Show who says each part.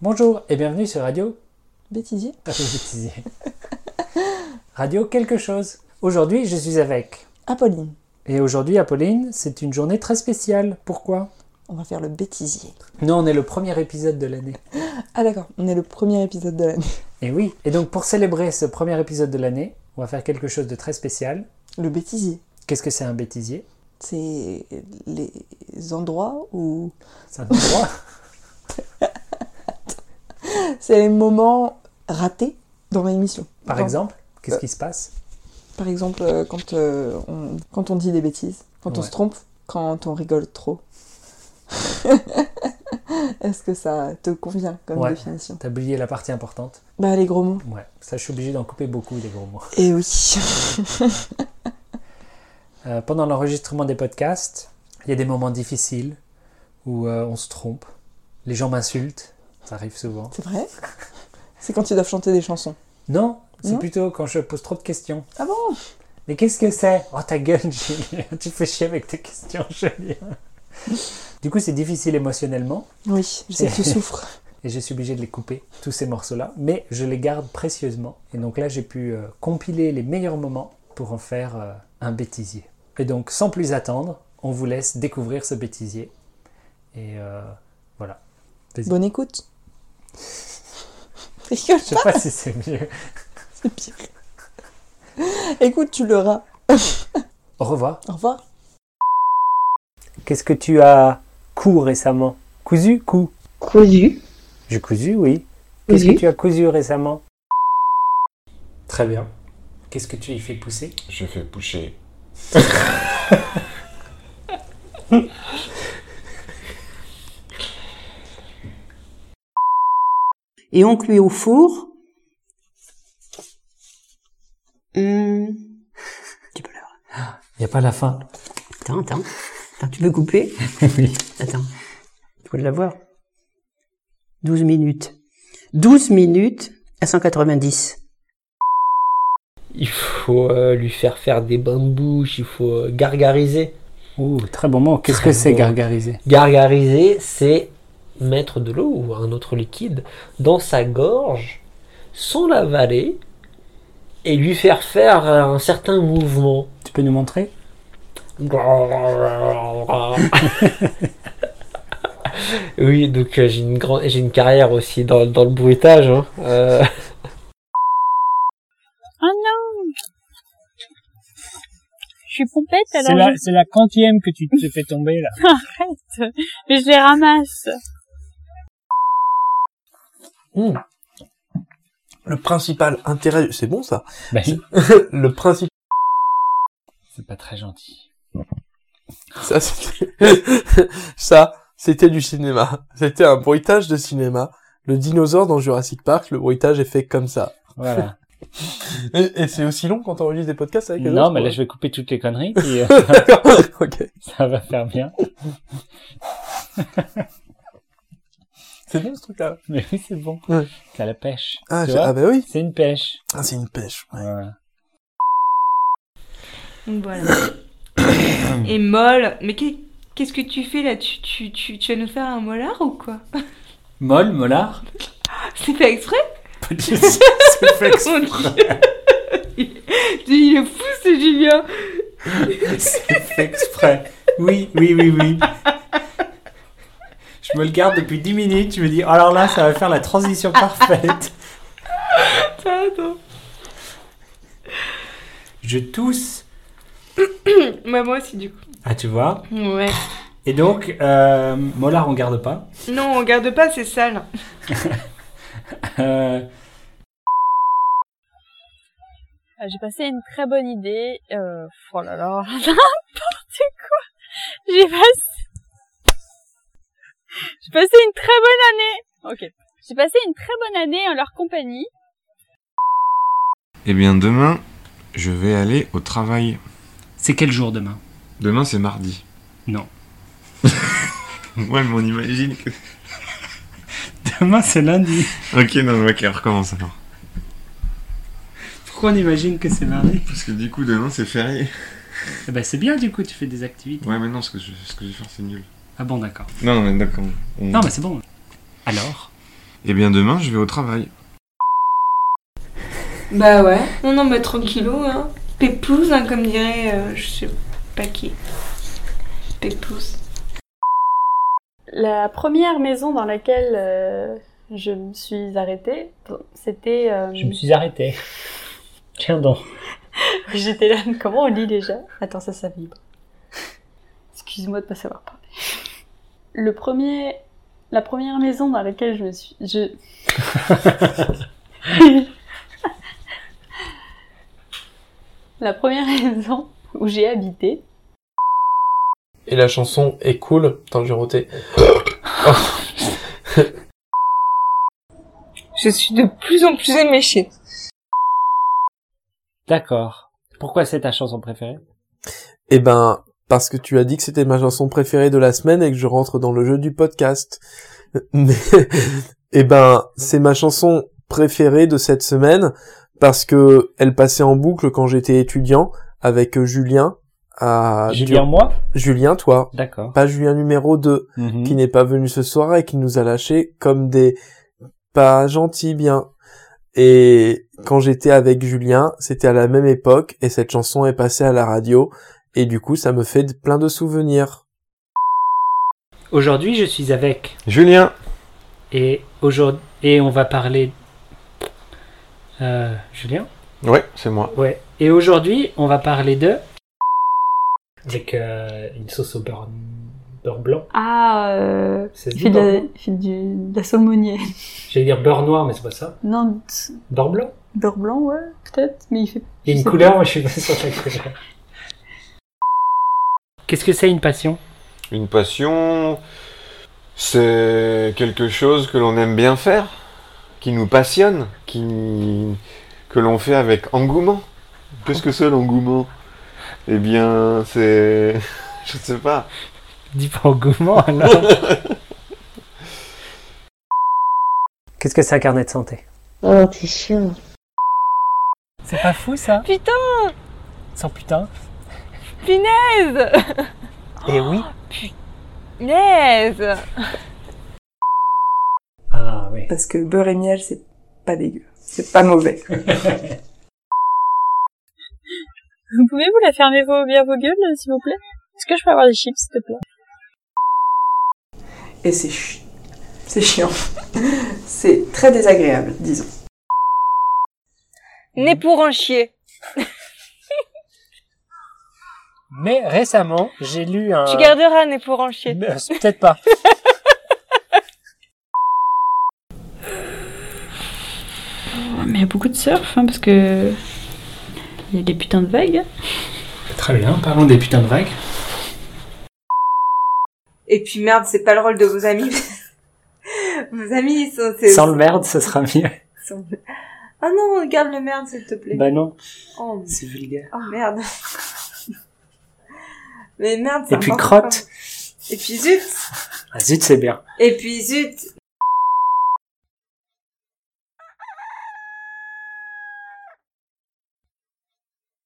Speaker 1: Bonjour et bienvenue sur Radio.
Speaker 2: Bêtisier
Speaker 1: Radio Bêtisier. Radio quelque chose. Aujourd'hui, je suis avec.
Speaker 2: Apolline,
Speaker 1: Et aujourd'hui, Apolline, c'est une journée très spéciale. Pourquoi
Speaker 2: on va faire le bêtisier.
Speaker 1: Nous, on est le premier épisode de l'année.
Speaker 2: Ah d'accord, on est le premier épisode de l'année.
Speaker 1: Et oui. Et donc, pour célébrer ce premier épisode de l'année, on va faire quelque chose de très spécial.
Speaker 2: Le bêtisier,
Speaker 1: Qu'est-ce que c'est un bêtisier
Speaker 2: c'est les endroits où...
Speaker 1: C'est un endroit.
Speaker 2: C'est les moments ratés dans l'émission.
Speaker 1: Par
Speaker 2: Dans-
Speaker 1: exemple, qu'est-ce qui se passe
Speaker 2: Par exemple, euh, quand, euh, on, quand on dit des bêtises, quand on
Speaker 1: Ouais.
Speaker 2: se trompe, quand on rigole trop. Est-ce que ça te convient comme
Speaker 1: Ouais.
Speaker 2: définition
Speaker 1: T'as oublié la partie importante.
Speaker 2: Bah les gros mots.
Speaker 1: Ouais. Ça, je suis obligé d'en couper beaucoup des gros mots.
Speaker 2: Et oui.
Speaker 1: Euh, pendant l'enregistrement des podcasts, il y a des moments difficiles où euh, on se trompe. Les gens m'insultent, ça arrive souvent.
Speaker 2: C'est vrai C'est quand ils doivent chanter des chansons.
Speaker 1: Non, c'est
Speaker 2: Non.
Speaker 1: plutôt quand je pose trop de questions.
Speaker 2: Ah bon
Speaker 1: Mais qu'est-ce que c'est Oh ta gueule, Julien, tu fais chier avec tes questions, Julien. du coup, c'est difficile émotionnellement
Speaker 2: Oui, je sais que tu souffres.
Speaker 1: et je suis obligé de les couper, tous ces morceaux-là, mais je les garde précieusement. Et donc là, j'ai pu euh, compiler les meilleurs moments pour en faire euh, un bêtisier. Et donc, sans plus attendre, on vous laisse découvrir ce bêtisier. Et euh, voilà. Vas-y.
Speaker 2: Bonne écoute. Rigole,
Speaker 1: Je sais
Speaker 3: Ah.
Speaker 1: pas si c'est mieux.
Speaker 2: c'est pire. Écoute, tu l'auras.
Speaker 1: Au revoir.
Speaker 2: Au revoir.
Speaker 1: Qu'est-ce que tu as cou récemment Cousu, cou
Speaker 3: cousu,
Speaker 1: J'ai cousu, oui.
Speaker 3: Qu'est-ce que Cousu.
Speaker 1: tu as cousu récemment Très bien. Qu'est-ce que tu y fais pousser
Speaker 4: J'ai fait pousser.
Speaker 5: et on cuit au four. Hum. Tu peux l'avoir.
Speaker 1: Il n'y a pas la fin.
Speaker 5: Attends, attends. Attends, tu peux couper Attends. Tu peux l'avoir 12 minutes. 12 minutes à 190.
Speaker 6: Il faut euh, lui faire faire des bains de bouche, il faut euh, gargariser.
Speaker 1: Ouh, très bon mot. Qu'est-ce
Speaker 6: Très
Speaker 1: que c'est
Speaker 6: bon.
Speaker 1: gargariser
Speaker 6: Gargariser, c'est mettre de l'eau ou un autre liquide dans sa gorge, sans l'avaler, et lui faire faire euh, un certain mouvement.
Speaker 1: Tu peux nous montrer
Speaker 6: oui, donc euh, j'ai une, grande- j'ai une carrière aussi dans, dans le bruitage. hein. Euh,
Speaker 7: Ah Je suis pompette
Speaker 8: C'est
Speaker 7: alors.
Speaker 8: la, c'est la quantième que tu te fais tomber là.
Speaker 7: je- Mais je les ramasse.
Speaker 9: Le principal intérêt, c'est bon ça.
Speaker 8: Ben,
Speaker 9: Le principal,
Speaker 8: c'est pas très gentil.
Speaker 9: ça, c'était, ça, c'était du cinéma. C'était un bruitage de cinéma. Le dinosaure dans Jurassic Park, le bruitage est fait comme ça.
Speaker 8: Voilà.
Speaker 9: Et, et c'est aussi long quand on enregistre des podcasts avec les
Speaker 8: non,
Speaker 9: autres,
Speaker 8: mais là
Speaker 9: ouais.
Speaker 8: je vais couper toutes les conneries et euh,
Speaker 9: ok.
Speaker 8: ça va faire bien.
Speaker 9: C'est bon ce truc-là.
Speaker 8: Mais oui, c'est bon.
Speaker 9: Ouais.
Speaker 8: T'as la pêche.
Speaker 9: Ah,
Speaker 8: tu
Speaker 9: j'ai-
Speaker 8: vois
Speaker 9: ah bah oui.
Speaker 8: C'est une pêche.
Speaker 9: Ah, c'est une pêche. ouais.
Speaker 8: Voilà.
Speaker 10: Donc Voilà. Et molle. Mais qu'est- qu'est-ce que tu fais là tu, tu, tu, tu vas nous faire un molar ou quoi
Speaker 8: Molle, molar.
Speaker 10: C'est fait exprès
Speaker 1: C'est fait
Speaker 10: Mon
Speaker 1: exprès.
Speaker 10: Dieu. Il est fou ce Julien
Speaker 1: C'est fait exprès. Oui, oui, oui, oui. Je me le garde depuis 10 minutes. Je me dis, oh, alors là, ça va faire la transition parfaite.
Speaker 10: Attends.
Speaker 1: Je tousse.
Speaker 10: Bah, moi aussi du coup.
Speaker 1: Ah, tu vois.
Speaker 10: Ouais.
Speaker 1: Et donc, euh, Mollard, on garde pas.
Speaker 10: Non, on garde pas, c'est sale.
Speaker 1: Euh,
Speaker 7: Euh, J'ai passé une très bonne idée. Euh, oh là là, n'importe quoi. J'ai passé. J'ai passé une très bonne année. Ok. J'ai passé une très bonne année en leur compagnie.
Speaker 4: Eh bien, demain, je vais aller au travail.
Speaker 8: C'est quel jour demain
Speaker 4: Demain, c'est mardi.
Speaker 8: Non.
Speaker 4: Moi, je m'en imagine que.
Speaker 8: Demain, c'est lundi.
Speaker 4: Ok, non, ok, on recommence alors.
Speaker 8: Pourquoi on imagine que c'est lundi
Speaker 4: Parce que du coup, demain, c'est férié.
Speaker 8: Eh ben, c'est bien du coup, tu fais des activités.
Speaker 4: Ouais, mais non, ce que je, ce que je vais faire, c'est nul.
Speaker 8: Ah bon, d'accord.
Speaker 4: Non, non, mais d'accord. on-
Speaker 8: Non, mais c'est bon. Alors
Speaker 4: Eh bien, demain, je vais au travail.
Speaker 10: Bah ouais. Non, non, mais tranquillou, hein. Pépouze, hein, comme dirait, euh, je sais pas qui. Pépouze.
Speaker 7: La première maison dans laquelle euh, je me suis arrêtée, bon, c'était... euh,
Speaker 6: Je me suis arrêté. Tiens donc.
Speaker 7: J'étais là, comment on lit déjà Attends, ça, ça vibre. Excuse-moi de pas savoir parler. Le premier... La première maison dans laquelle je me suis... Je... La première maison où j'ai habité,
Speaker 9: Et la chanson est cool. Attends, j'ai roté.
Speaker 10: Je suis de plus en plus éméchée.
Speaker 6: D'accord. Pourquoi c'est ta chanson préférée
Speaker 9: Eh ben, parce que tu as dit que c'était ma chanson préférée de la semaine et que je rentre dans le jeu du podcast. Mais, eh ben, c'est ma chanson préférée de cette semaine parce que elle passait en boucle quand j'étais étudiant avec Julien à
Speaker 6: Julien, moi
Speaker 9: Julien, toi.
Speaker 6: D'accord.
Speaker 9: Pas Julien numéro 2.
Speaker 8: Mhm.
Speaker 9: qui n'est pas venu ce soir et qui nous a lâchés comme des pas gentils bien. Et quand j'étais avec Julien, c'était à la même époque et cette chanson est passée à la radio et du coup ça me fait de- plein de souvenirs.
Speaker 8: Aujourd'hui, je suis avec.
Speaker 4: Julien
Speaker 8: Et aujourd'hui, et on va parler. Euh, Julien
Speaker 4: Ouais, c'est moi.
Speaker 8: Ouais. Et aujourd'hui, on va parler de.
Speaker 6: Avec euh, une sauce au beurre, beurre blanc.
Speaker 7: Ah, euh,
Speaker 6: Ça se
Speaker 7: il
Speaker 6: dit
Speaker 7: fait de
Speaker 6: beurre
Speaker 7: la,
Speaker 6: blanc
Speaker 7: il fait du, de la saumonnière.
Speaker 6: J'allais dire beurre noir, mais c'est pas ça.
Speaker 7: Non, t-
Speaker 6: Beurre blanc
Speaker 7: beurre blanc, ouais, peut-être, mais il fait.
Speaker 6: Il y a une
Speaker 7: je sais
Speaker 6: couleur, moi je suis pas sûr de la couleur.
Speaker 8: Qu'est-ce que c'est une passion
Speaker 4: Une passion, c'est quelque chose que l'on aime bien faire, qui nous passionne, qui... que l'on fait avec engouement. Qu'est-ce que c'est l'engouement Eh bien, c'est... Je sais pas.
Speaker 8: Dis pas engouement,
Speaker 4: hein,
Speaker 8: alors.
Speaker 1: Qu'est-ce que c'est un carnet de santé
Speaker 3: Oh, t'es chiant.
Speaker 8: C'est pas fou, ça
Speaker 10: Putain
Speaker 8: Sans putain.
Speaker 10: Punaise
Speaker 8: Et oui.
Speaker 7: Oh,
Speaker 10: Punaise
Speaker 6: Ah oui.
Speaker 2: Parce que beurre et miel, c'est pas dégueu. C'est pas mauvais.
Speaker 7: Vous pouvez vous la fermer vos, bien vos gueules, s'il vous plaît Est-ce que je peux avoir des chips, s'il te plaît
Speaker 2: Et c'est chi- c'est chiant. c'est très désagréable, disons.
Speaker 10: Né pour en chier.
Speaker 8: Mais récemment, j'ai lu un.
Speaker 3: Euh,
Speaker 10: Tu garderas né pour en chier.
Speaker 8: Mais, euh, c'est Peut-être pas.
Speaker 3: Mais il y a beaucoup de surf, hein, parce que. Il y a des putains de vagues.
Speaker 8: Très bien, Ah hein, parlons des putains de vagues.
Speaker 10: Et puis merde, c'est pas le rôle de vos amis. vos amis, ils sont... c'est-
Speaker 1: Sans le merde, ce sera mieux.
Speaker 10: sont- Ah non, garde le merde, s'il te plaît.
Speaker 1: Bah non,
Speaker 10: Oh,
Speaker 1: c'est vulgaire.
Speaker 10: oh, merde. Mais merde, c'est
Speaker 1: Et puis
Speaker 10: important.
Speaker 1: crotte.
Speaker 10: Et puis zut
Speaker 1: Ah zut, c'est bien.
Speaker 10: Et puis zut